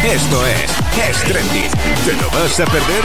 Esto es Es Trending. ¿Te lo vas a perder?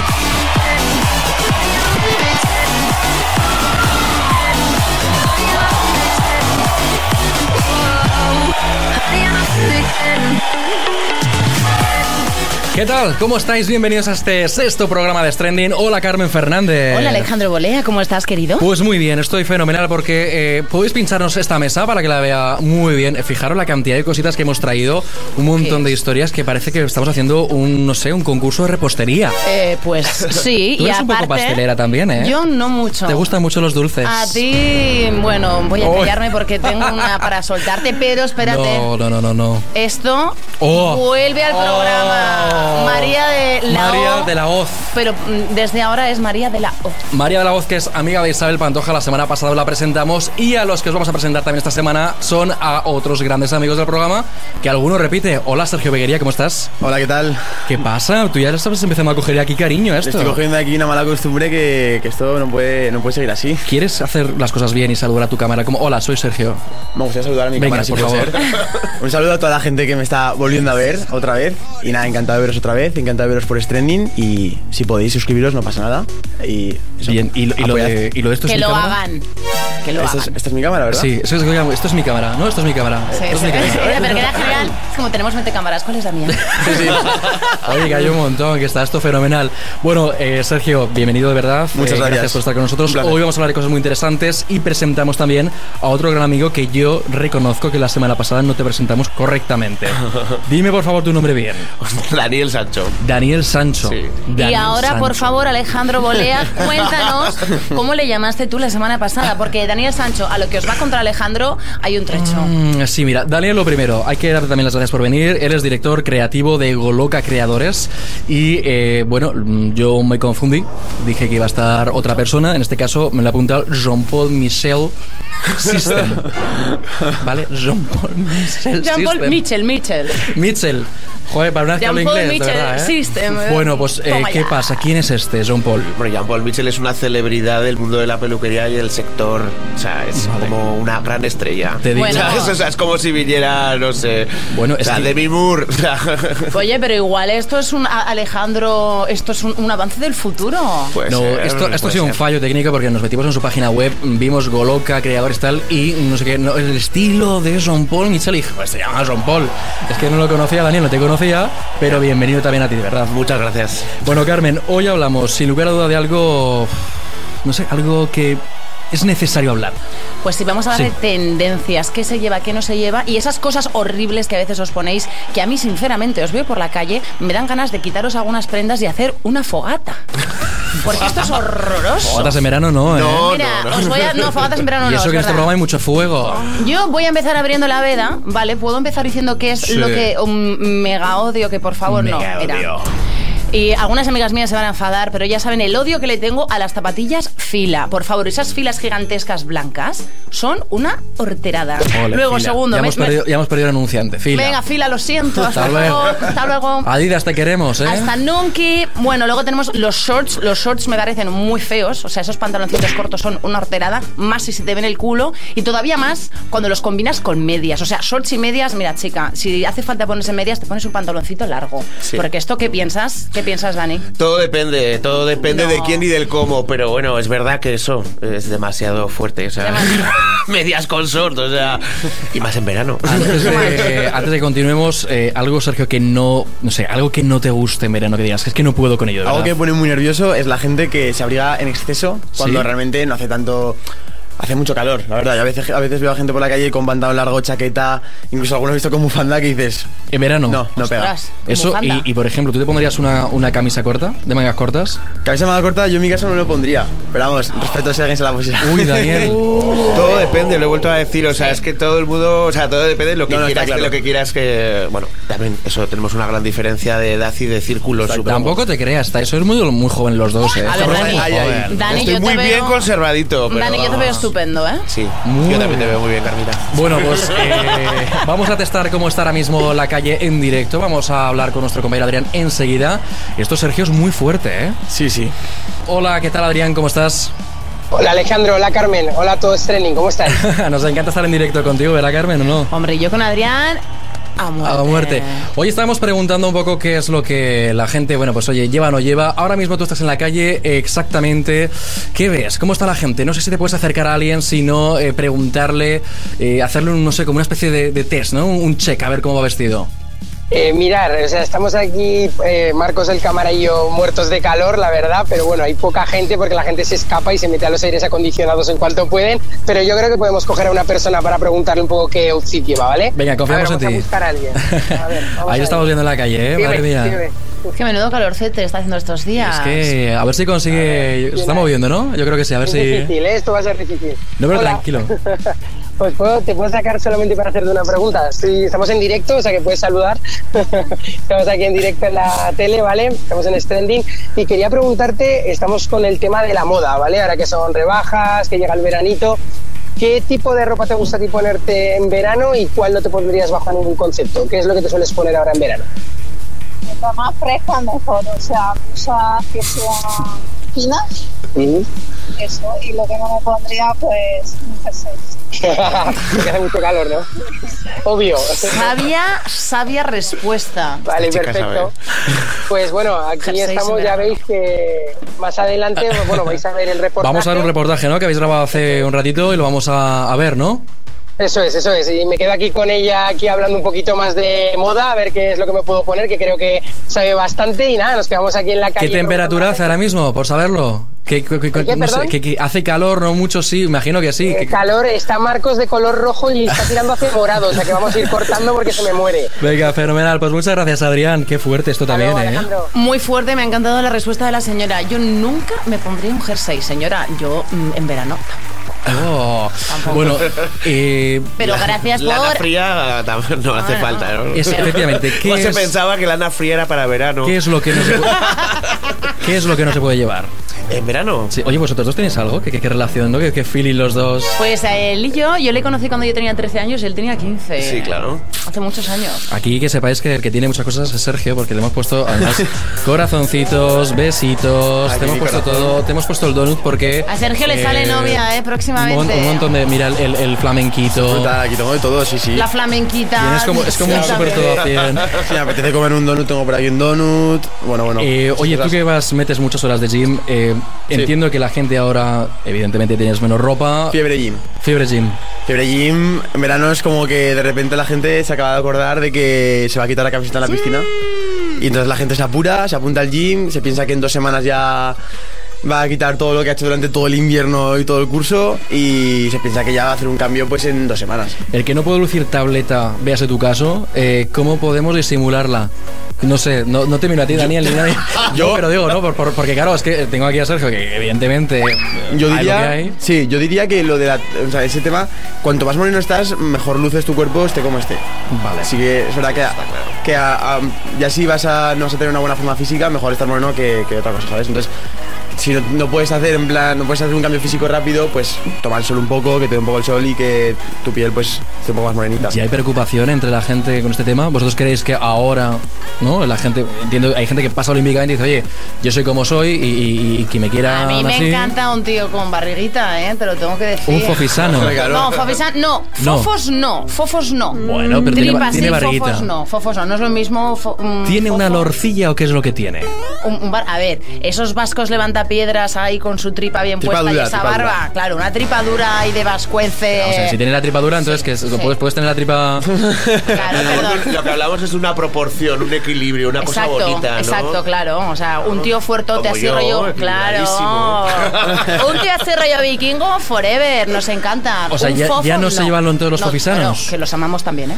¿Qué tal? ¿Cómo estáis? Bienvenidos a este sexto programa de Stranding. Hola Carmen Fernández. Hola Alejandro Bolea, ¿cómo estás querido? Pues muy bien, estoy fenomenal porque eh, podéis pincharnos esta mesa para que la vea muy bien. Eh, Fijaros la cantidad de cositas que hemos traído, un montón de historias que parece que estamos haciendo un, no sé, un concurso de repostería. Eh, pues sí, Tú y eres un poco aparte, pastelera también, ¿eh? Yo no mucho. Te gustan mucho los dulces. A ti, bueno, voy a Uy. callarme porque tengo una para soltarte, pero espérate. No, no, no, no, no. Esto Oh. vuelve al Oh. programa. María de la María O, de la Hoz. Pero mm, desde ahora es María de la O. María de la Voz, que es amiga de Isabel Pantoja, la semana pasada la presentamos y a los que os vamos a presentar también esta semana son a otros grandes amigos del programa, que alguno repite, hola Sergio Beguería, ¿cómo estás? Hola, ¿qué tal? ¿Qué pasa? Tú ya lo estás empezando a coger aquí cariño a Le esto. Estoy cogiendo aquí una mala costumbre que, que esto no puede, no puede seguir así. ¿Quieres hacer las cosas bien y saludar a tu cámara como, hola, soy Sergio? Me gustaría saludar a mi Venga, cámara, si por puede favor. ser. Un saludo a toda la gente que me está volviendo a ver otra vez. Y nada, encantado de veros otra vez, encantado de veros por Stranding. Y si podéis suscribiros, no pasa nada. Y eso, Bien, y lo, y lo apoyad. de, y lo de esto es Que mi lo cámara. hagan. Que lo Esta es, hagan. esta es mi cámara, ¿verdad? Sí, eso es, esto es mi cámara, ¿no? Esto es mi cámara. Sí, Esto es sí, mi sí, cámara. sí, pero queda genial. Es como tenemos 20 cámaras. ¿Cuál es la mía? Oye, que hay un montón, que está esto fenomenal. Bueno, eh, Sergio, bienvenido de verdad. Muchas Eh, gracias. por estar con nosotros. Un placer. Hoy vamos a hablar de cosas muy interesantes y presentamos también a otro gran amigo que yo reconozco que la semana pasada no te presentamos correctamente. Dime, por favor, tu nombre bien. Daniel Sancho. Daniel Sancho. Sí. Y Daniel ahora, por Sancho. favor, Alejandro Bolea, cuéntanos cómo le llamaste tú la semana pasada, porque Daniel Sancho, a lo que os va contra Alejandro, hay un trecho. Mm, Sí, mira, Daniel, lo primero, hay que darte también las gracias por venir. Él es director creativo de Goloca Creadores. Y eh, bueno, mm, yo me confundí. Dije que iba a estar otra persona. En este caso me lo ha apuntado Jean-Paul Michel System. ¿Vale? Jean-Paul Michel Jean-Paul System. Mitchell, Mitchell. Mitchell. Joder, para una que habla Jean-Paul inglés, de Mitchell verdad, ¿eh? System. Bueno, pues, eh, Toma ¿qué ya. pasa? ¿Quién es este, Jean-Paul? Bueno, Jean-Paul Mitchell es una celebridad del mundo de la peluquería y del sector. O sea, es Vale. como una gran estrella. Te digo. Bueno. ¿Sabes? O sea, es como si viniera, no sé. Bueno, o sea, Steve- Demi Moore. o sea, Oye, pero igual esto es un a- Alejandro, esto es un, un avance del futuro. puede No, ser, esto, esto ha puede sido un ser. fallo técnico porque nos metimos en su página web, vimos Goloca, creadores tal, y no sé qué, no, el estilo de Jean Paul Michel. Y dije, "Joder, se llama Jean Paul. Es que no lo conocía, Daniel, no te conocía, pero bienvenido también a ti, de verdad. Muchas gracias. Bueno, Carmen, hoy hablamos, sin lugar a duda, de algo. No sé, algo que es necesario hablar. Pues sí, vamos a hablar Sí. de tendencias, qué se lleva, qué no se lleva y esas cosas horribles que a veces os ponéis, que a mí sinceramente os veo por la calle, me dan ganas de quitaros algunas prendas y hacer una fogata. Porque esto es horroroso. Fogatas en verano no, ¿eh? No, Mira, os voy a. No, fogatas en verano y no. eso es que en este verdad. programa hay mucho fuego. Yo voy a empezar abriendo la veda, ¿vale? Puedo empezar diciendo que es Sí. lo que. Un mega odio que por favor no. Mega Mira. odio. Y algunas amigas mías se van a enfadar, pero ya saben el odio que le tengo a las zapatillas fila. Por favor, esas filas gigantescas blancas son una horterada. Ole, Luego, fila. segundo, Ya, me- hemos me- perdido, ya hemos perdido el anunciante. Fila. venga, fila, lo siento. Hasta, Hasta luego. Hasta luego. Adidas, te queremos, ¿eh? Hasta Nunki. Bueno, luego tenemos los shorts. Los shorts me parecen muy feos. O sea, esos pantaloncitos cortos son una horterada. Más si se te ven el culo. Y todavía más cuando los combinas con medias. O sea, shorts y medias, mira, chica, si hace falta ponerse medias, te pones un pantaloncito largo. Sí. Porque esto, ¿qué piensas? ¿Qué piensas, Dani? Todo depende, todo depende No. de quién y del cómo, pero bueno, es verdad que eso es demasiado fuerte, o sea, Demasiado. medias con short, o sea, y más en verano. Antes de, eh, antes de que continuemos, eh, algo, Sergio, que no, no sé, algo que no te guste, Merano, que digas, es que no puedo con ello, de Algo que verdad. me pone muy nervioso es la gente que se abriga en exceso cuando Sí. realmente no hace tanto Hace mucho calor, la verdad. Yo a veces, a veces veo a gente por la calle con pantalón largo, chaqueta, incluso alguno he visto con bufanda que dices, En verano. no, no pega. Ostras, Eso, y, bufanda. y, por ejemplo, ¿tú te pondrías una, una camisa corta, de mangas cortas? Cabeza más corta, yo en mi caso no lo pondría. Pero vamos, respeto si alguien se la pusiera. Uy, Daniel. Todo depende, lo he vuelto a decir, o sea, es que todo el mundo, o sea, todo depende de lo que No, no, está quieras, claro. de lo que quieras que, bueno, también eso tenemos una gran diferencia de edad y de círculos. supongo. Tampoco te creas, está- eso es muy, muy joven los dos, ¿eh? A ver, Estamos- Dani, Ay, ay, ay. Dani, Estoy yo te muy veo- bien conservadito, pero Dani, yo te vamos. veo estupendo, ¿eh? Sí, Muy yo también te veo muy bien, Carmina. Bueno, pues eh, vamos a testar cómo está ahora mismo la calle en directo. Vamos a hablar con nuestro compañero Adrián enseguida. Esto, Sergio, es muy fuerte, ¿eh? Sí, sí. Hola, ¿qué tal, Adrián? ¿Cómo estás? Hola Alejandro, hola Carmen, hola a todos Training, ¿cómo estáis? Nos encanta estar en directo contigo, ¿verdad, Carmen, o no? Hombre, yo con Adrián a muerte. A muerte. Eh. Hoy estábamos preguntando un poco qué es lo que la gente, bueno, pues oye, lleva o no lleva. Ahora mismo tú estás en la calle, eh, exactamente. ¿Qué ves? ¿Cómo está la gente? No sé si te puedes acercar a alguien, sino eh, preguntarle, eh, hacerle, un, no sé, como una especie de, de test, ¿no? Un check, a ver cómo va vestido. Eh, mirar, o sea, estamos aquí, eh, Marcos el cámara y yo muertos de calor, la verdad, pero bueno, hay poca gente porque la gente se escapa y se mete a los aires acondicionados en cuanto pueden, pero yo creo que podemos coger a una persona para preguntarle un poco qué outfit lleva, ¿vale? Venga, confiamos A ver, en vamos ti. a buscar a alguien. A ver, vamos Ahí a estamos ver. viendo en la calle, ¿eh? Dime, Madre mía. dime. Es que menudo calorcete está haciendo estos días. Es que a ver si consigue. se está ¿quién hay? moviendo, ¿no? Yo creo que sí, a ver Es si. difícil, ¿eh? esto va a ser difícil. No, pero Hola. tranquilo. Pues puedo, te puedo sacar solamente para hacerte una pregunta. Sí, estamos en directo, o sea que puedes saludar. estamos aquí en directo en la tele, ¿vale? Estamos en Stranding. Y quería preguntarte, estamos con el tema de la moda, ¿vale? Ahora que son rebajas, que llega el veranito. ¿Qué tipo de ropa te gusta a ti ponerte en verano y cuál no te pondrías bajo ningún concepto? ¿Qué es lo que te sueles poner ahora en verano? Mientras más fresca, mejor. O sea, blusas que sean finas, eso. Y lo que no me pondría, pues, un jersey. Porque hace mucho calor, ¿no? Obvio. Sabia, sabia respuesta. Vale, Esta chica perfecto. Pues bueno, aquí Jerseys estamos, en ya verano. veis que más adelante, bueno, vais a ver el reportaje. Vamos a ver un reportaje, ¿no? Que habéis grabado hace un ratito y lo vamos a, a ver, ¿no? Eso es, eso es. Y me quedo aquí con ella, aquí hablando un poquito más de moda, a ver qué es lo que me puedo poner, que creo que sabe bastante. Y nada, nos quedamos aquí en la ¿Qué calle. temperatura hace ahora mismo? Por saberlo. ¿Qué, qué- qué- ¿Qué, no sé, perdón? Eh, que- que hace calor, no mucho, sí, imagino que sí. El que- calor está Marcos de color rojo y está tirando hacia morado, o sea que vamos a ir cortando porque se me muere. Venga, fenomenal. Pues muchas gracias, Adrián. Qué fuerte esto Hasta también, luego, ¿eh? Alejandro. Muy fuerte, me ha encantado la respuesta de la señora. Yo nunca me pondría un jersey, señora. Yo mm, en verano. Oh, Bueno, eh, Pero gracias Lana por. fría tam- no hace Ah, no. falta, ¿no? es- efectivamente, No ¿qué se es, pensaba que lana fría era para verano. qué es lo que no se puede, qué es lo que no se puede llevar? ¿En verano? Sí, oye, vosotros dos tenéis algo, qué, qué- qué relación, ¿no? ¿Qué, qué feeling los dos. Pues a él y yo, yo le conocí cuando yo tenía 13 años y él tenía 15. Sí, claro. Hace muchos años. Aquí que sepáis que el que tiene muchas cosas es Sergio, porque le hemos puesto además corazoncitos, besitos, te hemos puesto todo, te hemos puesto el donut porque. A Sergio le sale novia, eh, próximamente. Un, mon- un montón de. Mira, el, el- el flamenquito. Fruta, aquí tengo de todo, sí, sí. La flamenquita. Tienes como- es como un Sí, super todo a 100. Si me apetece comer un donut, tengo por aquí un donut. Bueno, bueno. Eh, oye, tú que vas, metes muchas horas de gym, eh, entiendo que la gente ahora, evidentemente, tienes menos ropa. Fiebre gym. Fiebre gym. Fiebre gym, en verano es como que de repente la gente se acaba de acordar de que se va a quitar la camiseta en la piscina. Y entonces la gente se apura, se apunta al gym, se piensa que en dos semanas ya va a quitar todo lo que ha hecho durante todo el invierno y todo el curso. Y se piensa que ya va a hacer un cambio pues en dos semanas. El que no puede lucir tableta, véase tu caso, eh, ¿cómo podemos disimularla? No sé, no, no te miro a ti, Daniel, ni a nadie. ¿Yo? No, pero digo, ¿no? Por- por- porque claro, es que tengo aquí a Sergio, que evidentemente. eh, Yo hay lo que diría, hay. sí, yo diría que lo de la, o sea, ese tema, cuanto más moreno estás, mejor luces tu cuerpo, esté como esté. Vale. Así que es verdad que, que a- a- ya si vas a, no vas a tener una buena forma física, mejor estar moreno que, que otra cosa, ¿sabes? Entonces, si no, no puedes hacer en plan, no puedes hacer un cambio físico rápido, pues toma el sol un poco, que te dé un poco el sol y que tu piel pues esté un poco más morenita. Si hay preocupación entre la gente con este tema, ¿vosotros creéis que ahora, ¿no? La gente, entiendo, hay gente que pasa olímpicamente y dice, oye, yo soy como soy y, y- y que me quiera. A mí me así". encanta un tío con barriguita, ¿eh? Te lo tengo que decir. Un fofisano. No, Fofisan, no. No. Fofos no. Fofos no. Bueno, pero tiene Tripas ba- tiene sí, barriguita. Fofos no. Fofos no. No es lo mismo. fo- mm, un ¿Tiene una fofo- lorcilla o qué es lo que tiene? un- un bar- a ver, esos vascos levanta piedras ahí con su tripa bien Tripa puesta dura, y esa tripa barba. dura. Claro, una tripa dura ahí de Vascuence. O sea, si tiene la tripa dura, entonces que es- Eh, sí. puedes, puedes tener la tripa. Claro, perdón. Lo que hablamos es una proporción, un equilibrio, una cosa Exacto, bonita, ¿no? exacto, claro. O sea, un tío fuertote Como así yo, rollo. Claro. equilibradísimo. un tío así rollo vikingo forever. Nos encanta. O sea, Un ya- fofo, ya no se llevan lo- todos los fofisanos. pero que los amamos también, ¿eh?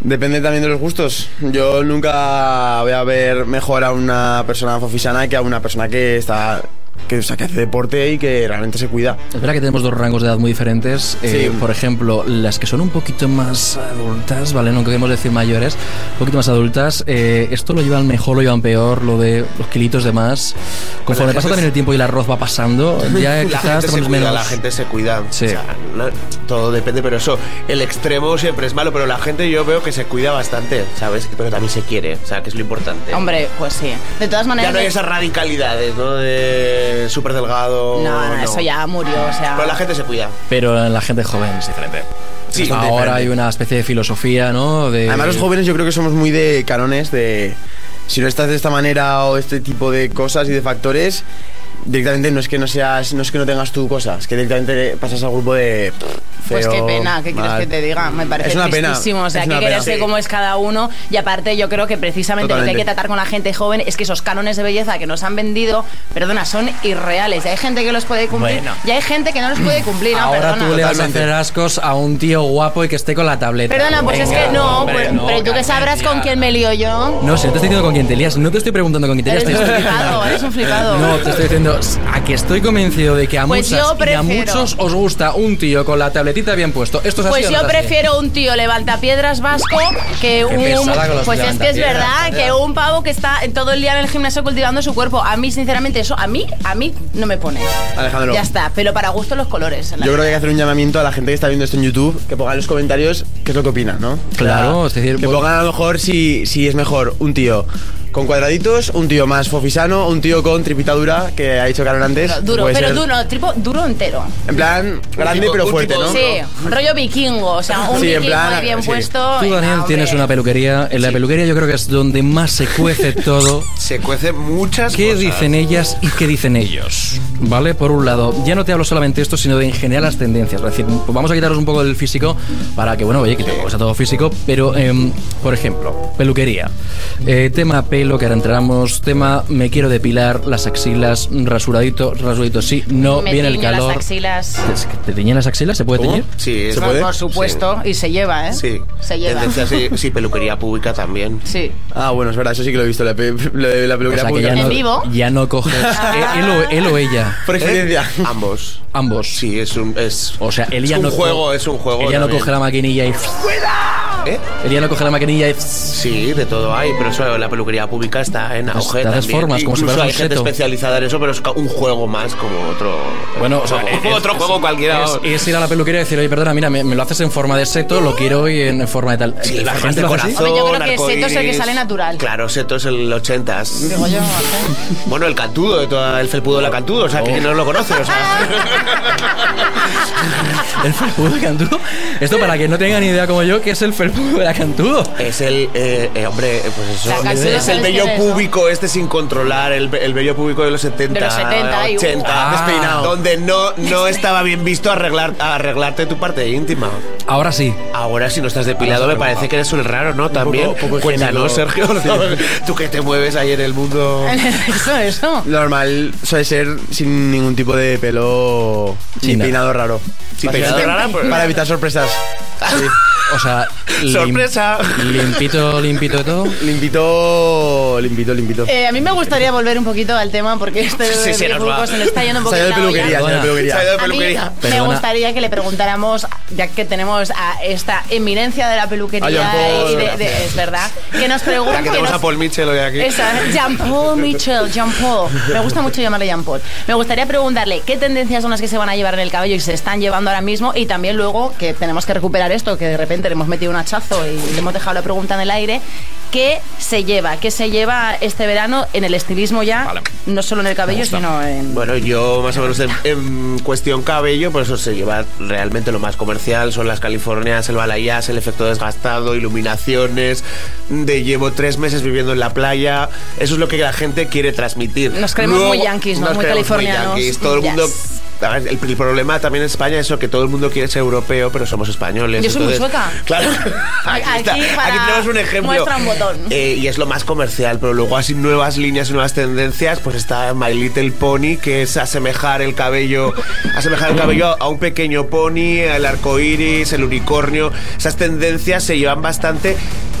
Depende también de los gustos. Yo nunca voy a ver mejor a una persona fofisana que a una persona que está que, o sea, que hace deporte y que realmente se cuida. Es verdad que tenemos dos rangos de edad muy diferentes. Eh, Sí. Por ejemplo, las que son un poquito más adultas, ¿vale? No queremos decir mayores, un poquito más adultas. eh, esto lo llevan mejor, lo llevan peor, lo de los kilitos de más. Conforme la pasa gente también es- el tiempo y el arroz va pasando, ya La quizás gente, se tenemos cuida, menos. la gente se cuida. Sí. O sea, no- todo depende, pero eso, el extremo siempre es malo, pero la gente yo veo que se cuida bastante, ¿sabes? Pero también se quiere, o sea, que es lo importante. Hombre, pues sí. De todas Ya maneras. no hay esas radicalidades, ¿no? De súper delgado. no, no, eso ya murió. O sea. Pero la gente se cuida. Pero la gente joven es diferente. Sí, Hasta diferente. ahora hay una especie de filosofía, ¿no? De, Además, los jóvenes yo creo que somos muy de canones de si no estás de esta manera o este tipo de cosas y de factores directamente no es que no seas no es que no tengas tu cosa, es que directamente pasas al grupo de pff, Pues feo, qué pena, ¿qué quieres mal. que te diga? Me parece es una pena. tristísimo. O sea, es que una quieres pena. que cómo es cada uno. Y aparte, yo creo que precisamente lo que hay Totalmente. que tratar con la gente joven es que esos cánones de belleza que nos han vendido, perdona, son irreales. Y hay gente que los puede cumplir Bueno. y hay gente que no los puede cumplir. No, Ahora perdona. tú le vas a Totalmente. hacer ascos a un tío guapo y que esté con la tableta. Perdona, pues es Venga, que no, hombre, pues- no, pero tú que Carmen, sabrás tía. con quién me lío yo. No, si no te estoy diciendo con quién te lías, no te estoy preguntando con quién te lías. Eres te un estoy flipado, eres un flipado. No, te estoy diciendo a que estoy convencido de que a Pues yo muchas y a prefiero. muchos os gusta un tío con la tabletita bien puesto. Esto es así Pues o yo no es así? prefiero un tío levantapiedras vasco que un. pesada con los Pues es que es verdad que un pavo que está todo el día en el gimnasio cultivando su cuerpo. A mí, sinceramente, eso, a mí, a mí no me pone. Alejandro. Ya está, pero para gusto los colores. en la Yo vida. creo que hay que hacer un llamamiento a la gente que está viendo esto en YouTube, que pongan en los comentarios qué es lo que opinan, ¿no? Claro, es decir, pues- que bueno. pongan a lo mejor si, si es mejor un tío con cuadraditos, un tío más fofisano, un tío con tripitadura, que ha dicho Carol antes. Duro, puede pero ser- duro, tipo duro entero. En plan, grande tipo- pero un fuerte, tipo ¿no? duro. Sí, rollo vikingo, o sea, un Sí, en vikingo plan, ahí bien sí. puesto. Tú, venga, Daniel, hombre. tienes una peluquería. En la peluquería yo creo que es donde más se cuece todo. Se cuecen muchas ¿Qué cosas. dicen ellas y qué dicen ellos? ¿Vale? Por un lado, ya no te hablo solamente de esto, sino de en general las tendencias. Es decir, pues vamos a quitaros un poco del físico para que, bueno, oye, que tampoco sea todo físico, pero, em, por ejemplo, peluquería. Eh, tema pelo, que ahora entramos. Tema me quiero depilar, las axilas, un rasuradito, rasuradito sí, no, Me viene el tiño calor. Las axilas. ¿Te- ¿Te tiñen las axilas? ¿Se puede teñir? Sí, es- ¿Se puede? Por supuesto, y se lleva, ¿eh? Sí. Se lleva. Tendencia, sí, sí, peluquería pública también. Sí. Ah, bueno, es verdad, eso sí que lo he visto, la, pe- lo de la O peluquería sea, que pública. ya ¿En no, ¿Eh? vivo? ya no coges. eh, él, o, él o ella, Por experiencia. Ambos. ambos. Sí, es un. Es, O sea, él es ya un no co- juego, es un juego. Ella no también. coge la maquinilla y. ¿Eh? Él ya no coge la maquinilla y. Sí, de todo hay, pero eso, la peluquería pública está en Pues auge. te haces también. formas, como si Incluso fueras un hay gente seto. especializada en eso, pero es ca- un juego más como otro. Bueno, o sea, como es- otro es- juego cualquiera. Es, vamos. es ir a la peluquería y decir, oye, perdona, mira, me, me lo haces en forma de seto, lo quiero hoy en forma de tal. Sí, ¿La formas gente de lo hace así? corazón, Hombre, yo creo que seto es el que arcoiris. sale natural. Claro, seto es el 80 Digo yo, no sé. Bueno, el cantudo, de toda, el felpudo de la cantudo, o sea, que, Oh. que no lo conoce, o sea. ¿El felpudo de Cantú? Esto para que no tengan ni idea como yo, ¿qué es el felpudo de la Cantú? Es el, eh, eh, hombre, eh, pues eso. La canción es el sabes bello quién es, ¿no? público este sin controlar, el, be- el bello público de los 70, De los 70 y, uh, 80, Ah. despeinado. Donde no, no estaba bien visto arreglar, arreglarte tu parte íntima. Ahora sí. Ahora, si no estás depilado, me parece que eres un raro, ¿no? También. Ah, poco higiénico. Cuéntanos, Sergio, tú que te mueves ahí en el mundo. Eso, eso. Lo normal suele ser sin ningún tipo de pelo Sin ni nada. peinado raro. Sin Para- peinado raro, pues- Para evitar sorpresas. O sea. lim- Sorpresa. Limpito, limpito de todo. Le invito, le invito, le invito. Eh, a mí me gustaría volver un poquito al tema porque este Sí, se nos grupo va. se nos está yendo un Se ha poquito ido de la olla. peluquería, se ha ido Perdona. de peluquería. Se ha ido de A mí peluquería. me Perdona. gustaría que le preguntáramos, ya que tenemos a esta eminencia de la peluquería A Jean-Paul. y de- de- es verdad, que nos Ya que pregunte. tenemos a Paul Mitchell hoy aquí. Jean-Paul Mitchell, Jean-Paul. Me gusta mucho llamarle Jean-Paul. Me gustaría preguntarle qué tendencias son las que se van a llevar en el cabello y se están llevando ahora mismo y también luego que tenemos que recuperar esto, que de repente le hemos metido un hachazo y le hemos dejado la pregunta en el aire. ¿Qué se lleva? ¿Qué se lleva este verano en el estilismo ya? Vale. No solo en el cabello, gusta. sino en... Bueno, yo más o menos en, en cuestión cabello, pues eso se lleva realmente lo más comercial, son las californias, el balayage, el efecto desgastado, iluminaciones, de llevo tres meses viviendo en la playa, eso es lo que la gente quiere transmitir. Nos creemos muy yanquis, ¿no? nos Muy creemos californianos. yanquis, todo el Yes. mundo... a ver, El, el problema también en España es eso, que todo el mundo quiere ser europeo, pero somos españoles. Yo soy muy entonces- sueca. Claro. Aquí, Aquí está. Aquí para- tenemos un ejemplo. muestra un botón. Eh, y es lo más comercial, pero luego así nuevas líneas, nuevas tendencias, pues está My Little Pony, que es asemejar el cabello, asemejar el cabello a un pequeño pony, el arco iris, el unicornio. Esas tendencias se llevan bastante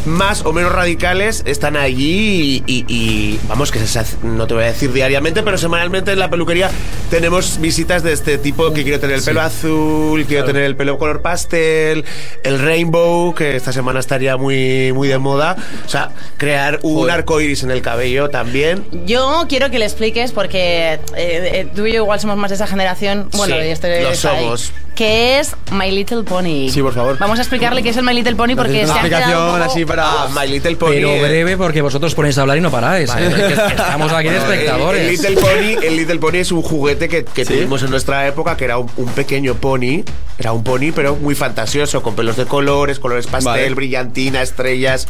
más o menos radicales, están allí y, y- y, vamos, que se hace- no te voy a decir diariamente, pero semanalmente en la peluquería tenemos visitas de este tipo, que quiero tener el pelo azul, quiero tener el pelo este, color pastel, el rainbow, que esta semana estaría muy, muy de moda. O sea, crear un arco iris en el cabello también. Yo quiero que le expliques, porque eh, eh, tú y yo igual somos más de esa generación. Bueno, Sí, y este lo está ahí. somos. ¿Qué es My Little Pony? Sí, por favor. Vamos a explicarle qué es el My Little Pony porque Necesito se una ha quedado. un explicación poco- así para... Ah, My Little Pony. Pero eh, breve porque vosotros ponéis a hablar y no paráis. ¿eh? Que Estamos aquí de Bueno, el- espectadores. El, Little Pony, el Little Pony es un juguete que, que tuvimos en nuestra época, que era un, un pequeño pony. Era un pony, pero muy fantasioso, con pelos de colores, colores pastel, Vale. brillantina, estrellas.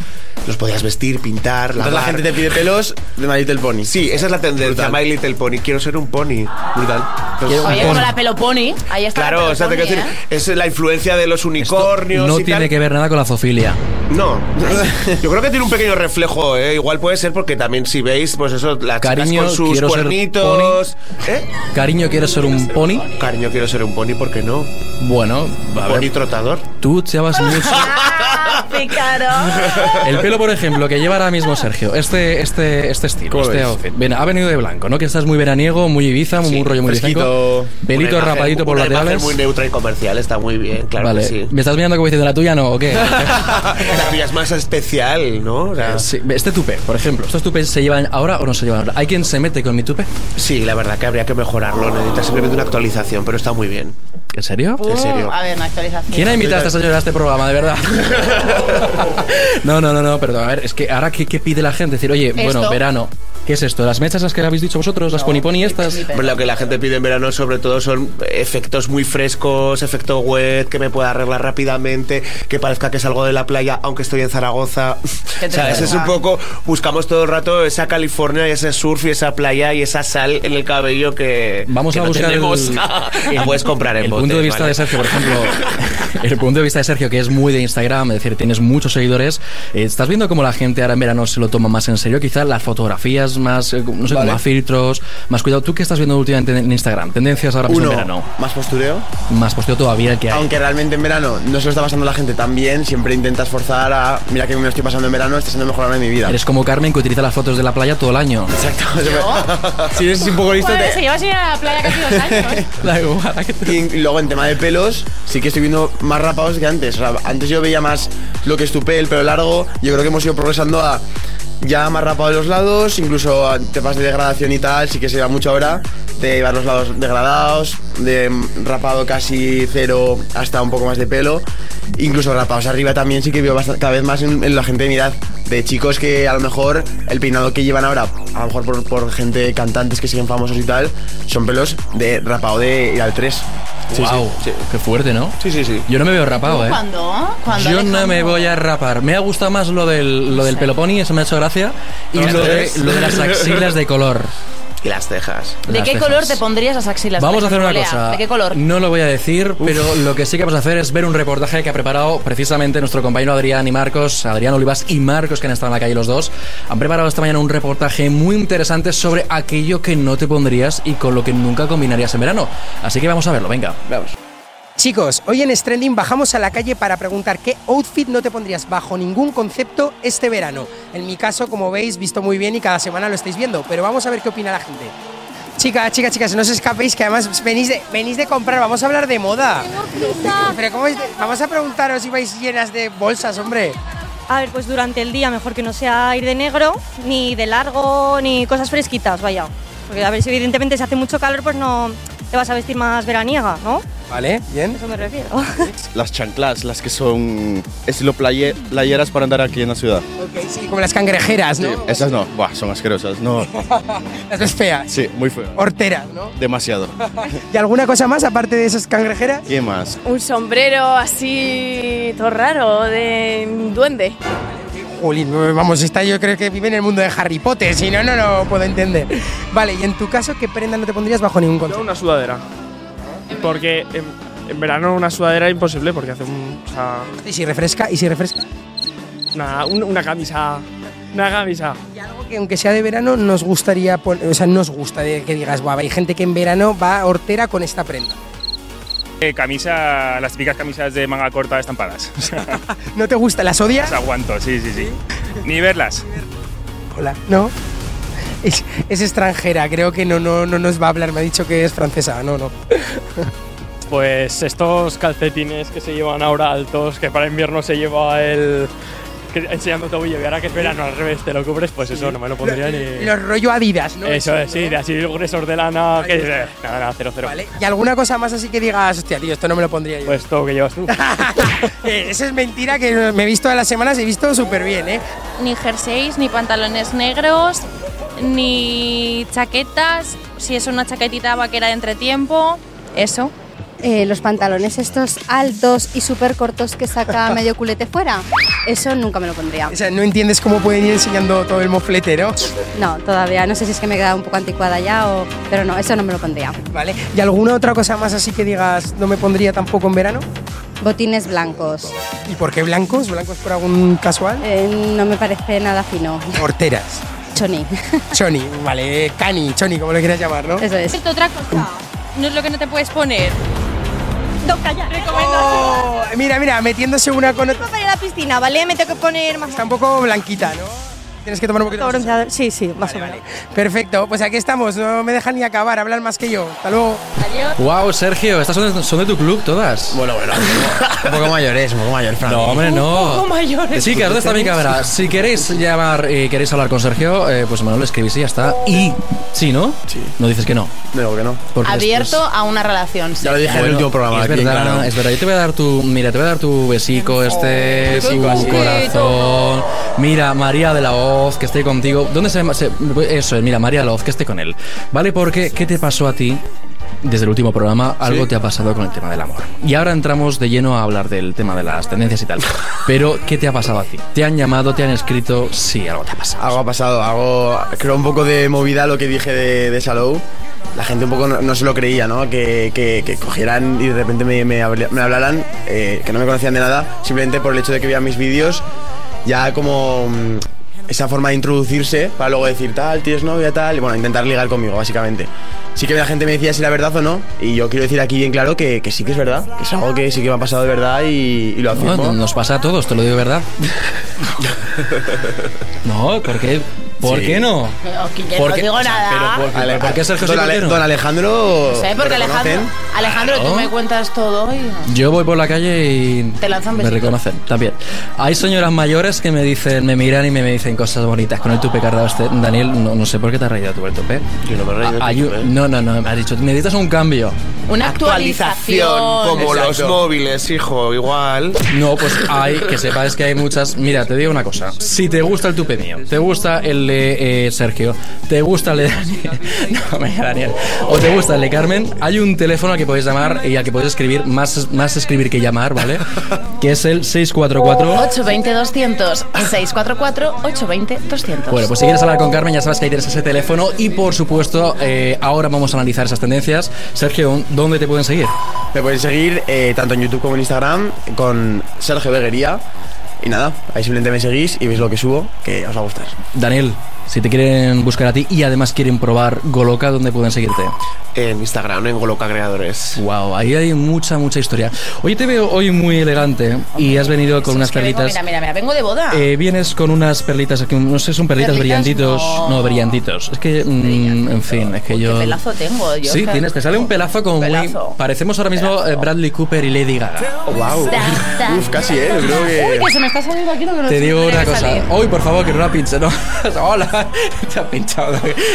Los podías vestir, pintar, lavar. Entonces Ah, la gente te pide pelos de My Little Pony. Sí, esa es la tendencia, Brutal. My Little Pony. Quiero ser un pony. Brutal. Oye, como la pelo pony. Ahí está. la Claro, pelo o sea, te pony, quiero decir, ¿eh? es la influencia de los unicornios. no y tiene tal. que ver nada con la zoofilia. No, yo creo que tiene un pequeño reflejo, ¿eh? igual puede ser porque también si veis, pues eso, las Cariño, chicas con sus quiero ser cuernitos. ¿Eh? Cariño, ¿quieres ser un pony? Cariño, quiero ser un pony, ¿por qué no? Bueno, a ver, Pony trotador. tú te vas mucho. ¡Ah, pícaro! El pelo, por ejemplo, que lleva ahora mismo Sergio, este, este, este estilo, ¿Cómo este ves? outfit. Bien, ha venido de blanco, ¿no? Que estás muy veraniego, muy Ibiza, muy, muy rollo muy fresquito. bizanco. Pelito Una imagen- rapadito por una imagen laterales. muy neutra y comercial, está muy bien, claro vale. que sí. ¿Me estás mirando como diciendo la tuya no o qué? La tuya es más especial, ¿no? O sea, sí. Sí, este tupe, por ejemplo. ¿Estos tupes se llevan ahora o no se llevan ahora? ¿Hay quien se mete con mi tupe? la verdad que habría que mejorarlo, necesita simplemente una actualización, pero está muy bien. ¿En serio? Uh, serio. A ver, una actualización. ¿Quién ha invitado a esta señora a este programa, de verdad? no, no, no, no, perdón. A ver, es que ahora, ¿qué, qué pide la gente? Decir, oye, bueno, Esto. verano. ¿Qué es esto? ¿Las mechas las que habéis dicho vosotros? ¿Las poniponi estas? ni pe- Hombre, Lo que la gente pide en verano sobre todo son efectos muy frescos, efecto wet, que me pueda arreglar rápidamente, que parezca que salgo de la playa aunque estoy en Zaragoza. Qué ¿Sabes? tristeza. Es un poco, buscamos todo el rato esa California y ese surf y esa playa y esa sal en el cabello que Vamos que a no buscar el- tenemos. y puedes comprar en el bote, punto de vista ¿vale? de Sergio, por ejemplo, el punto de vista de Sergio, que es muy de Instagram, es decir, tienes muchos seguidores, eh, ¿estás viendo cómo la gente ahora en verano se lo toma más en serio? Quizás las fotografías más, eh, no sé, con más filtros, más cuidado. ¿Tú qué estás viendo últimamente en Instagram? Tendencias ahora mismo Uno, en verano. más postureo. Más posteo todavía el que hay. Aunque realmente en verano no se lo está pasando la gente tan bien, siempre intentas forzar a. Mira que me lo estoy pasando en verano, está siendo mejor ahora en mi vida. Eres como Carmen que utiliza las fotos de la playa todo el año. Exacto. si eres un poco listo, Joder, te- se lleva sin ir a la playa casi dos años. Da igual, ¿a qué te- Y luego en tema de pelos, sí que estoy viendo más rapados que antes. O sea, antes yo veía más lo que es tu pelo, el pelo largo. Yo creo que hemos ido progresando a ya más rapado de los lados, incluso a temas de degradación y tal, sí que se lleva mucho ahora. De llevar los lados degradados, de mm, rapado casi cero hasta un poco más de pelo. Incluso rapados arriba también sí que veo bast- cada vez más en, en la gente de mi edad. De chicos que a lo mejor el peinado que llevan ahora, a lo mejor por, por gente, cantantes que siguen famosos y tal, son pelos de rapado de ir al 3. Guau, Qué fuerte, ¿no? Sí, sí, sí. Yo no me veo rapado, ¿eh? ¿Cuándo? ¿Cuándo? Yo no Alejandro? me voy a rapar. Me ha gustado más lo del, lo del pelo pony, eso me ha hecho gracia. Y lo de, lo de las axilas de color. Y las cejas. ¿De Las qué cejas. color te pondrías las axilas? Vamos a hacer una Lea, cosa. ¿De qué color? No lo voy a decir, pero lo que sí que vamos a hacer es ver un reportaje que ha preparado precisamente nuestro compañero Adrián y Marcos, Adrián Olivas y Marcos, que han estado en la calle los dos. Han preparado esta mañana un reportaje muy interesante sobre aquello que no te pondrías y con lo que nunca combinarías en verano. Así que vamos a verlo, venga. Chicos, hoy en Stranding bajamos a la calle para preguntar qué outfit no te pondrías bajo ningún concepto este verano. En mi caso, como veis, visto muy bien y cada semana lo estáis viendo, pero vamos a ver qué opina la gente. Chicas, chicas, chicas, no os escapéis que además venís de, venís de comprar, vamos a hablar de moda. Pero ¿cómo es de- vamos a preguntaros si vais llenas de bolsas, hombre. A ver, pues durante el día mejor que no sea ir de negro, ni de largo, ni cosas fresquitas, vaya. Porque a ver, si evidentemente si hace mucho calor, pues no te vas a vestir más veraniega, ¿no? Vale, bien. Eso me refiero. Las chanclas, las que son estilo playe- playeras para andar aquí en la ciudad. Ok, sí, como las cangrejeras, ¿no? Sí, esas no, buah, son asquerosas. No, Las ves feas. sí, muy feo. Horteras, ¿no? Demasiado. ¿Y alguna cosa más aparte de esas cangrejeras? ¿Qué más? Un sombrero así todo raro de duende. Jolín, vamos, está yo creo que vive en el mundo de Harry Potter, si no, no lo puedo entender. Vale, y en tu caso, ¿qué prenda no te pondrías bajo ningún concepto? Una sudadera. Porque en, en verano una sudadera es imposible porque hace un. O sea, ¿Y si refresca? ¿Y si refresca? una, un- una camisa. Una camisa. Algo que aunque sea de verano, nos gustaría, pon- o sea, nos gusta de que digas, guau, hay gente que en verano va hortera con esta prenda. Eh, camisa, las típicas camisas de manga corta estampadas. O sea, ¿No te gusta? ¿Las odias? las aguanto, sí, sí, sí. Ni verlas. Hola, ¿no? Es, es extranjera, creo que no, no, no nos va a hablar, me ha dicho que es francesa, no, no. Pues estos calcetines que se llevan ahora altos, que para invierno se lleva el. Que, enseñando tobillo y ahora que es verano al revés te lo cubres, pues eso no me lo pondría ni. Los rollo Adidas, ¿no? eso es, sí, de así gruesos de lana, que está. eh, nada, nada, cero, cero. ¿Y alguna cosa más así que digas, hostia, tío, esto no me lo pondría yo? Pues todo que llevas tú. Eh, eso es mentira, que me he visto a las semanas, he visto súper bien, ¿eh? Ni jerseys, ni pantalones negros, ni chaquetas. Si es una chaquetita vaquera de entretiempo, eso. Eh, los pantalones estos altos y súper cortos que saca medio culete fuera, eso nunca me lo pondría. O sea, no entiendes cómo pueden ir enseñando todo el moflete, ¿no? No, todavía, no sé si es que me he quedado un poco anticuada ya, o, pero no, eso no me lo pondría. Vale. ¿Y alguna otra cosa más así que digas, no me pondría tampoco en verano? Botines blancos, ¿Y por qué blancos? ¿Blancos por algún casual? eh, no me parece nada fino. Horteras. Choni. Choni, vale, eh, cani, choni, como lo quieras llamar, ¿no? Eso es. Cierto, otra cosa. No es lo que no te puedes poner. No, calla. Oh, mira, mira, metiéndose una con otra. Para ir a la piscina, ¿vale? Me tengo que poner más. Está un poco blanquita, ¿no? Tienes que tomar un poquito más. bronceador. Sí, sí, más o menos. Perfecto, pues aquí estamos, no me dejan ni acabar, hablan más que yo. Hasta luego. Wow, Sergio, estas son de, son de tu club todas. Bueno, bueno. Un poco mayores, un poco mayor, Fran. No, hombre, no. Un poco mayores. Chicas, ¿dónde está mi cámara? Si queréis llamar y queréis hablar con Sergio, eh, pues Manuel, escribís y ya está. Y, ¿sí, no? Sí. No dices que no. Digo que no. Abierto a una relación. sí. Bueno, Es verdad, es verdad. Yo te voy a dar tu. Mira, te voy a dar tu besico, este. Tu Besico así. corazón. Mira, María de la Hoz, que esté contigo. ¿Dónde se, se- Eso es, mira, María de la Hoz, que esté con él. ¿Vale? Porque, ¿qué te pasó a ti? Desde el último programa algo te ha pasado con el tema del amor. Y ahora entramos de lleno a hablar del tema de las tendencias y tal. Pero, ¿qué te ha pasado a ti? ¿Te han llamado? ¿Te han escrito? Sí, algo te ha pasado. Algo ha pasado, algo. Creo un poco de movida lo que dije de, de Salou. La gente un poco no, no se lo creía, ¿no? Que, que- que cogieran y de repente me, me habl- me hablaran, eh, que no me conocían de nada, simplemente por el hecho de que vean mis vídeos, ya como mm, esa forma de introducirse para luego decir tal, tienes novia, tal, y bueno, intentar ligar conmigo, básicamente. Sí que la gente me decía si era verdad o no, y yo quiero decir aquí bien claro que, que sí que es verdad, que es algo que sí que me ha pasado de verdad y, y lo No, afirmo. nos pasa a todos, te lo digo de verdad. No, ¿por qué? ¿Por Sí. qué no? Pero que- que ¿Por no qué? oh, digo O sea, nada. pero por- Ale- ¿Por qué Sergio don, Ale- Silvero? don Alejandro. ¿Sabes por qué ¿lo Alejandro? reconocen? Alejandro, Claro. tú me cuentas todo y. Yo voy por la calle y Te lanzan me besitos. reconocen también. Hay señoras mayores que me dicen, me miran y me, me dicen cosas bonitas con el tupe cardado este. Daniel, no, no sé por qué te has reído tú el ¿eh? tupe. Yo no me he reído del tupe. No, no, no, me has dicho, necesitas un cambio. Una actualización. como los Exacto. móviles, hijo, igual. No, pues hay, que sepáis que hay muchas. Mira, te digo una cosa. Si te gusta el tupe mío, te gusta el de eh, Sergio, te gusta el de Daniel, no, me Daniel, o te gusta el de Carmen, hay un teléfono al que podéis llamar y al que podéis escribir, más, más escribir que llamar, ¿vale? Que es el 644. 820-200. 644-820-200. Bueno, pues si quieres hablar con Carmen, ya sabes que ahí tienes ese teléfono. Y por supuesto, eh, ahora vamos a analizar esas tendencias. Sergio, ¿dónde te pueden seguir? Me pueden seguir eh, tanto en YouTube como en Instagram con Sergio Beguería. Y nada, ahí simplemente me seguís y veis lo que subo, que os va a gustar. Daniel, si te quieren buscar a ti y además quieren probar Goloca, ¿dónde pueden seguirte? En Instagram, en Goloca Creadores. Wow, ahí hay mucha, mucha historia. Hoy te veo hoy muy elegante y has venido con unas Que vengo- perlitas. Mira, mira, mira, vengo de boda. Eh, vienes con unas perlitas aquí, no sé, son perlitas, Perlitas, brillantitos. No, no. brillantitos. Es que, mm, en fin, es que yo. ¿Qué pelazo tengo yo? Sí, Claro. tienes, te sale un pelazo como muy. Parecemos ahora mismo eh, Bradley Cooper y Lady Gaga. ¡Wow! Uf, casi, ¿eh? Yo creo que. Uy, que se me está saliendo aquí lo que no Te se digo tendría una que cosa. salir. Hoy, por favor, que no la pinche, ¿no? Hola. Te ha pinchado.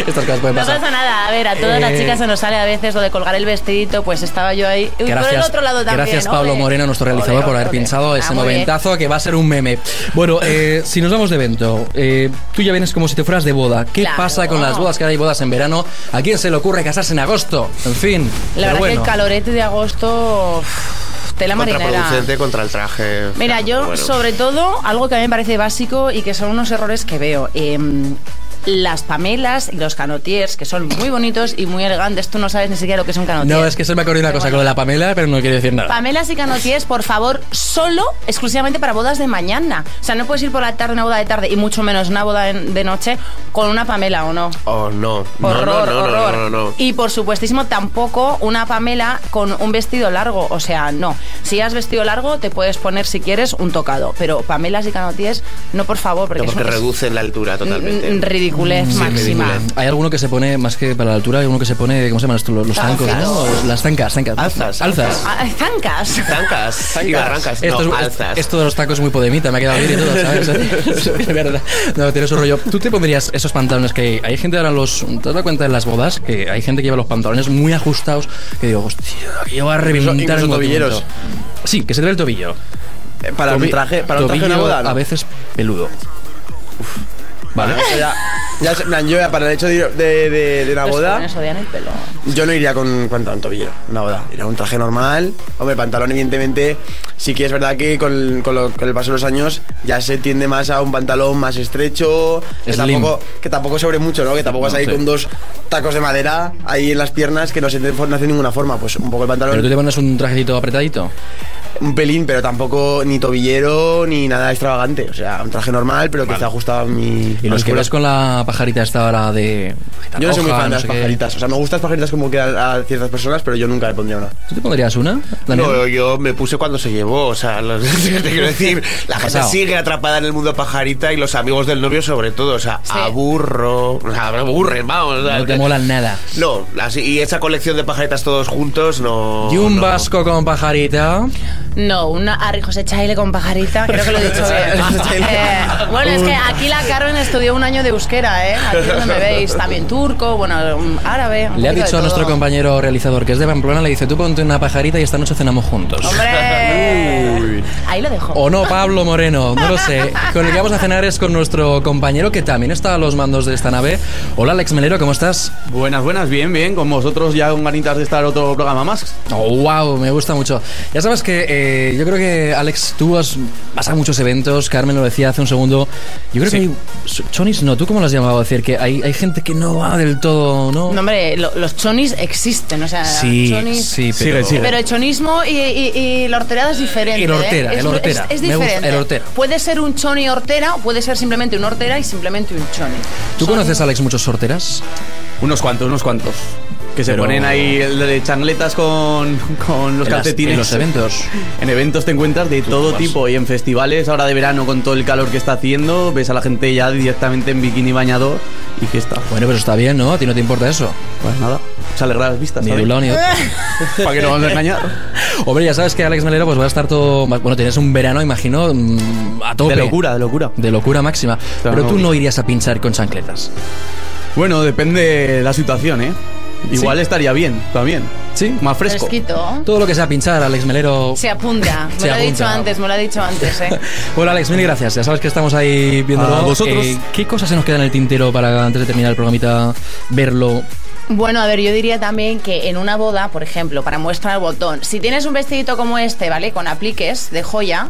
Estas cosas pueden No pasar. pasa nada, a ver, a todas las Eh, chicas se nos sale a veces lo de colgar el vestidito, pues estaba yo ahí. Uy, por el otro lado también. gracias hombre. Ah, Pablo Moreno, nuestro realizador, por haber pinchado ese muy bien. momentazo que va a ser un meme. Bueno, eh, si nos vamos de evento, eh, tú ya vienes como si te fueras de boda. ¿Qué Claro. pasa con las bodas? Que ahora hay bodas en verano. ¿A quién se le ocurre casarse en agosto? En fin. La pero verdad bueno. que el calorete de agosto. uff, Tela marinera. Contraproducente contra el traje. Mira, Claro, yo bueno. sobre todo, algo que a mí me parece básico y que son unos errores que veo. em, las pamelas y los canotiers, que son muy bonitos y muy elegantes. Tú no sabes ni siquiera lo que es un canotier. No, es que se me ha ocurrido una cosa con lo de la Pamela, pero no quiero decir nada. Pamelas y canotiers, por favor, solo, exclusivamente para bodas de mañana. O sea, no puedes ir por la tarde a una boda de tarde y mucho menos una boda en- de noche con una Pamela o no. Oh, no. No, Horror, no, no, no, horror. no, no, no. Y por supuestísimo, tampoco una Pamela con un vestido largo. O sea, no. Si has vestido largo, te puedes poner, si quieres, un tocado. Pero Pamelas y canotiers, no, por favor, porque, No, porque es un- reducen la altura totalmente. Mm, ridiculez Sí, máxima. ridiculez. Hay alguno que se pone, más que para la altura, hay alguno que se pone, ¿cómo se llaman esto? Los, los zancos, Alzas. ¿no? Las zancas, zancas. Alzas. Alzas. Ah, Zancas. Zancas. Y barrancas. Esto, No, es- alzas. esto de los tacos es muy podemita, me ha quedado bien y todo, ¿sabes? De verdad. No, tienes un rollo. ¿Tú te pondrías esos pantalones que hay gente ahora los. ¿Te has dado cuenta en las bodas? Que hay gente que lleva los pantalones muy ajustados. Que digo, hostia, que yo voy a Incluso- reventar incluso en cualquier tobilleros. momento". Sí, que se te ve el tobillo. Eh, para un traje- para un traje de tobillo boda, ¿no? A veces peludo. Vale. Ya, ya, en plan, yo ya para el hecho de, ir- de, de, de una Los boda, jóvenes odian el pelo. yo no iría con, con un tobillero, una boda. Iría un traje normal. Hombre, pantalón, evidentemente, sí que es verdad que con, con lo- con el paso de los años ya se tiende más a un pantalón más estrecho. Que Slim. tampoco, que tampoco sobre mucho, ¿no? Que tampoco vas No, ahí sí. con dos tacos de madera ahí en las piernas que no se te no hace ninguna forma. Pues un poco el pantalón. Pero tú te pones un trajecito apretadito. Un pelín, pero tampoco ni tobillero ni nada extravagante. O sea, un traje normal, pero que esté ajustado a mi. Y los que musculatura. ves con la pajarita esta hora de. pajita Yo no soy muy roja, fan de las sé qué. pajaritas. O sea, me gustan las pajaritas como quedan a ciertas personas, pero yo nunca me pondría una. ¿Tú te pondrías una? Daniel? No, yo me puse cuando se llevó, o sea, los- te quiero decir, la gente Pasado. sigue atrapada en el mundo pajarita y los amigos del novio sobre todo, o sea, aburro, o sea, aburren, vamos. o sea, eh, No te molan nada. No, así, y esa colección de pajaritas todos juntos, no. y un no. vasco con pajarita. No, una Harry José Chaile con pajarita, creo que lo he dicho bien. Eh, bueno, es que aquí la Carmen estudió un año de euskera, ¿eh? Aquí donde me veis, también turco, bueno, un árabe. un Le ha poquito dicho a de nuestro todo. compañero realizador, que es de Pamplona, le dice, tú ponte una pajarita y esta noche cenamos juntos. ¡Hombre! Ahí lo dejo. O no, Pablo Moreno, no lo sé. Con el que vamos a cenar es con nuestro compañero que también está a los mandos de esta nave. Hola, Alex Melero, ¿cómo estás? Buenas, buenas, bien, bien. Con vosotros ya con ganitas de estar otro programa más. Oh, wow, me gusta mucho. Ya sabes que eh, yo creo que, Alex, tú has, vas a muchos eventos, Carmen lo decía hace un segundo. Yo creo que hay, Chonis no, ¿tú cómo lo has llamado? Es decir, que hay, hay gente que no va del todo, ¿no? No, hombre, lo- los chonis existen, o sea, Sí, chonis- sí, pero- Sigue, sigue. Pero el chonismo y, y, y la hortera es diferente. El hortera, ¿eh? Es- el hortera. Es, es Me gusta, diferente. el hortera. Puede ser un choni hortera o puede ser simplemente un hortera y simplemente un choni. ¿Tú conoces, Alex, muchos sorteras? Unos cuantos, unos cuantos. Que se Pero- ponen ahí el de changletas con, con los En las- calcetines. en los eventos. En eventos te encuentras de todo vas. tipo y en festivales, ahora de verano con todo el calor que está haciendo, ves a la gente ya directamente en bikini bañador y fiesta. Bueno, pero está bien, ¿no? A ti no te importa eso. Pues nada, se alegra las vistas. Ni de ¿sabes? un lado ni de otro. ¿Para qué nos vamos a engañar? Hombre, ya sabes que Alex Melero pues va a estar todo... Bueno, tienes un verano, imagino, mm, a tope. De locura, de locura. De locura máxima. Pero no. tú no irías a pinchar con chancletas. Bueno, depende la situación, ¿eh? Igual Sí. estaría bien, también. Sí, más fresco. Fresquito. Todo lo que sea pinchar, Alex Melero... Se apunta. Me Se lo he dicho apunta. antes, me lo ha dicho antes, ¿eh? Hola Alex, mil gracias. Ya sabes que estamos ahí viéndolo. A vosotros. Eh, ¿Qué cosas se nos quedan en el tintero para antes de terminar el programita verlo? Bueno, a ver, yo diría también que en una boda, por ejemplo, para muestra el botón, si tienes un vestidito como este, ¿vale? Con apliques de joya.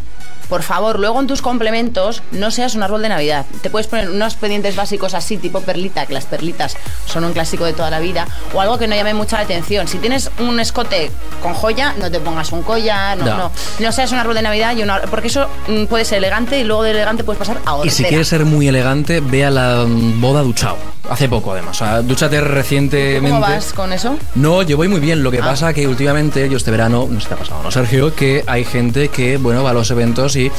Por favor, luego en tus complementos no seas un árbol de Navidad. Te puedes poner unos pendientes básicos así, tipo perlita, que las perlitas son un clásico de toda la vida, o algo que no llame mucha la atención. Si tienes un escote con joya, no te pongas un collar, no, No. no. No, seas un árbol de Navidad, y una, porque eso mm, puede ser elegante y luego de elegante puedes pasar a otra. Y si quieres ser muy elegante, ve a la mm, boda duchao. Hace poco, además. O sea, dúchate recientemente. ¿Cómo vas con eso? No, yo voy muy bien. Lo Ah. que pasa que últimamente, yo este verano, no sé si te ha pasado, ¿no, Sergio? Que hay gente que, bueno, va a los eventos y. En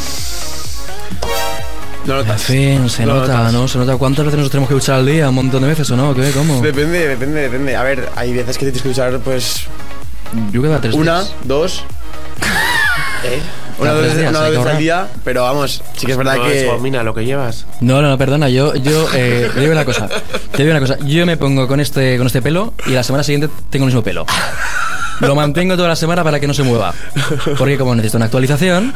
fin, se Lo nota, notas. ¿no? Se nota cuántas veces nos tenemos que duchar al día, un montón de veces, ¿o no? ¿Qué? ¿Cómo? Depende, depende, depende. A ver, hay veces que tienes que usar, pues, Yo cada tres una, días. dos. ¿Eh? O Una Cada tres o dos veces, días, una o hay dos que veces al ahorrar. día, pero vamos, sí que es verdad No, que. eso, mira lo que llevas. No, no, perdona, yo, yo eh, te digo una cosa. Te digo una cosa. Yo me pongo con este, con este pelo y la semana siguiente tengo el mismo pelo. Lo mantengo toda la semana para que no se mueva. Porque como necesito una actualización,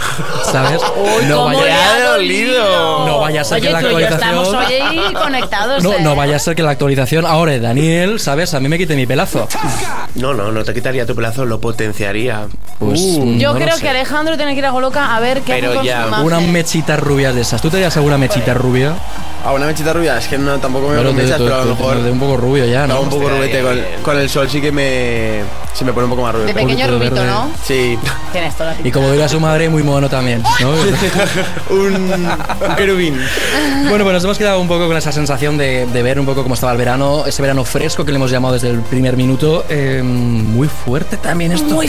¿sabes? no ¿cómo le ha dolido. No vaya a ser Oye, que la tú y yo actualización. estamos hoy ahí conectados. No, eh. no vaya a ser que la actualización ahora de Daniel, ¿sabes? A mí me quite mi pelazo. No, no, no te quitaría tu plazo, lo potenciaría. Pues, Uh, mm, Yo no lo creo sé. que Alejandro tiene que ir a Goloca a ver qué hace con su mamá. Una mechita rubia de esas. ¿Tú te harías alguna mechita rubia? A una mechita rubia, es que no, tampoco me veo Bueno, con te- mechas, te- pero a lo te- mejor. te- un poco rubio ya, ¿no? No, un poco Hostia, ya, rubete. Con, ya, con el sol sí que me. Se me pone un poco más rubio. De pequeño Poquito rubito, verde. ¿no? Sí. Tienes toda la Y pinta. como dirá su madre, muy mono también, ¿no? un, querubín. Bueno, pues nos hemos quedado un poco con esa sensación de, de ver un poco cómo estaba el verano, ese verano fresco que le hemos llamado desde el primer minuto. eh, muy fuerte también esto. Muy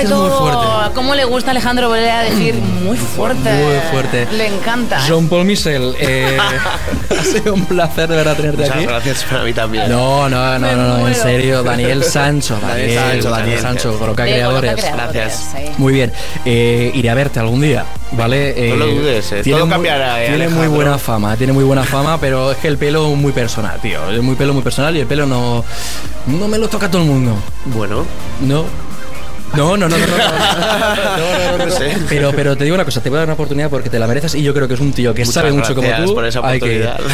Esto es todo. Muy fuerte. Mm. ¿Cómo le gusta a Alejandro volver a decir muy fuerte? Muy fuerte. Le encanta. ¿eh? Jean-Paul Michel, eh, ha sido un placer de verdad tenerte Muchas aquí. gracias para mí también. No, no, no, no, en muero. serio, Daniel Sancho, Daniel, Daniel Sancho, Daniel Daniel. Sancho, Coloca De Coloca Creadores. Creadores, Gracias. sí. Muy bien, eh, iré a verte algún día, ¿vale? No Eh, lo dudes, eh, tiene todo muy- cambiará, eh, Tiene muy Alejandro. buena fama, tiene muy buena fama, pero es que el pelo muy personal, tío. Es muy pelo, muy personal y el pelo no, no me lo toca todo el mundo. Bueno. No. No, no, no, no, no, no. No sé. Pero, pero te digo una cosa, te voy a dar una oportunidad porque te la mereces y yo creo que es un tío que Muchas sabe mucho como gracias tú. por esa Hay que ir. oportunidad.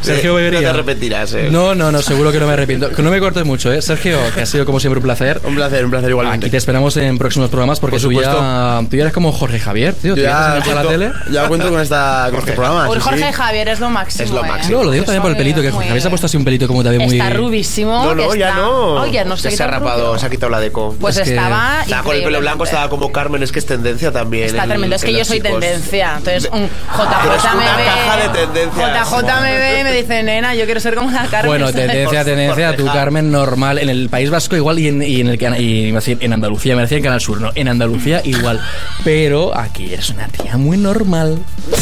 Sergio No te Bebería. arrepentirás, eh. No, no, no, seguro que no me arrepiento. Que no me cortes mucho, ¿eh? Sergio, que ha sido como siempre un placer. Un placer, un placer igualmente. Aquí te esperamos en próximos programas porque Por tú ya, supuesto. tú ya eres como Jorge Javier, tío. Yo Tú ya ya, estás en la cuento, tele. ya cuento con, esta, con estos programas. Uy, sí, Jorge sí. Javier es lo máximo. ¿eh? No, lo digo también por el pelito, que Jorge Javier se ha puesto así un pelito como también muy... Está rubísimo. No, no, que ya está- no. Ay, ya no sé qué se ha tan rubio. rapado, se ha quitado la deco. Pues Es que- estaba Estaba con el pelo increíblemente. blanco, estaba como Carmen, es que es tendencia también. Está en- tremendo. Es que en yo los soy chicos. tendencia. Entonces, un Pero es JJ me una ve. caja de tendencias. JJ me ve y me dice, nena, yo quiero ser como la Carmen. Bueno, tendencia, tendencia, tú Carmen, normal. En el País Vasco igual y en, y en el cana- y iba a decir, en Andalucía, me decía en Canal Sur, no, en Andalucía igual. Pero aquí eres una tía muy normal.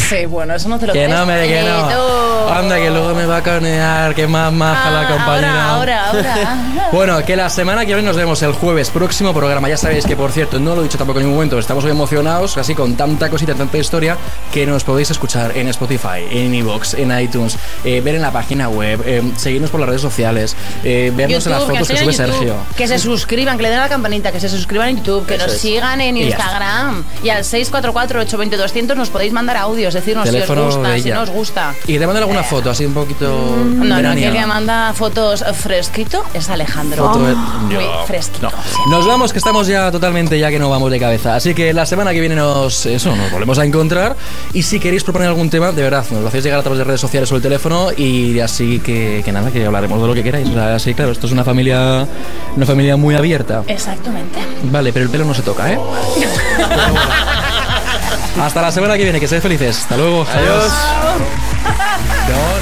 Sí, bueno, eso no te lo Que crees. no, hombre, que no. Anda, que luego me va a canear, que más maja la compañera. Ah, Ahora, ahora. Bueno, que la semana que viene nos vemos el jueves, próximo programa. Ya sabéis que, por cierto, no lo he dicho tampoco en ningún momento, estamos hoy emocionados, así con tanta cosita, tanta historia, que nos podéis escuchar en Spotify, en Evox, en iTunes, eh, ver en la página web, eh, seguirnos por las redes sociales, eh, vernos en las YouTube, fotos que, sigan sube en YouTube, Sergio. Que se suscriban, que le den a la campanita, que se suscriban en YouTube, que Eso nos es. sigan en Y ya Instagram. Y al 644-820-200 nos podéis mandar audios, decirnos Teléfono si os gusta, de si ella. no os gusta. Y te mando alguna foto, así un poquito. Eh, mm, No, no, veraniega. que manda fotos fresquito es Alejandro. Foto de- Muy No. fresquito. No. Nos vamos, que estamos ya totalmente ya que no vamos de cabeza. Así que la semana que viene nos, eso, nos volvemos a encontrar. Y si queréis proponer algún tema, de verdad, nos lo hacéis llegar a través de redes sociales o el teléfono. Y así que, que nada, que hablaremos de lo que queráis. O sea, Así, claro, esto es una familia, una familia muy abierta. Exactamente. Vale, pero el pelo no se toca, ¿eh? Pero bueno. Hasta la semana que viene, que seáis felices. Hasta luego. Adiós. No, no.